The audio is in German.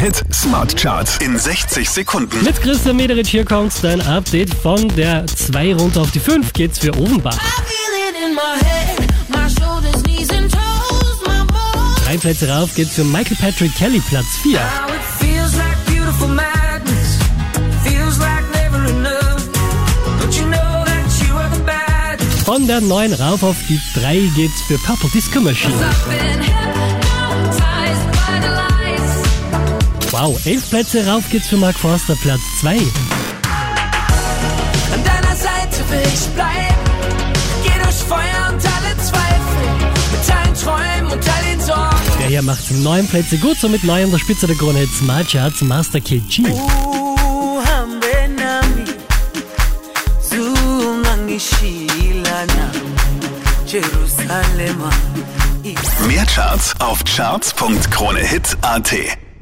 Hit Smart Charts in 60 Sekunden. Mit Christian Mederich hier kommt dein Update von der 2 runter auf die 5 geht's für Offenbach. I feel it in my head, my shoulders, knees, and toes, my bones. Drei Plätze rauf geht's für Michael Patrick Kelly Platz 4. Now it feels like beautiful madness, feels like never enough. But you know that you are the baddest. Von der 9 rauf auf die 3 geht's für Purple Disco Machine. I've been hypnotized by the lights. Wow, 11 Plätze rauf geht's für Mark Forster Platz 2. An deiner Seite will ich bleiben. Geh durch Feuer und alle Zweifel. Mit allen Träumen und all den Sorgen. Der hier macht 9 Plätze gut, somit neu an der Spitze der Krone Hit Smart Charts Master KG. uhambe nami zungangishila nami jerusalema Mehr Charts auf charts.kronehit.at.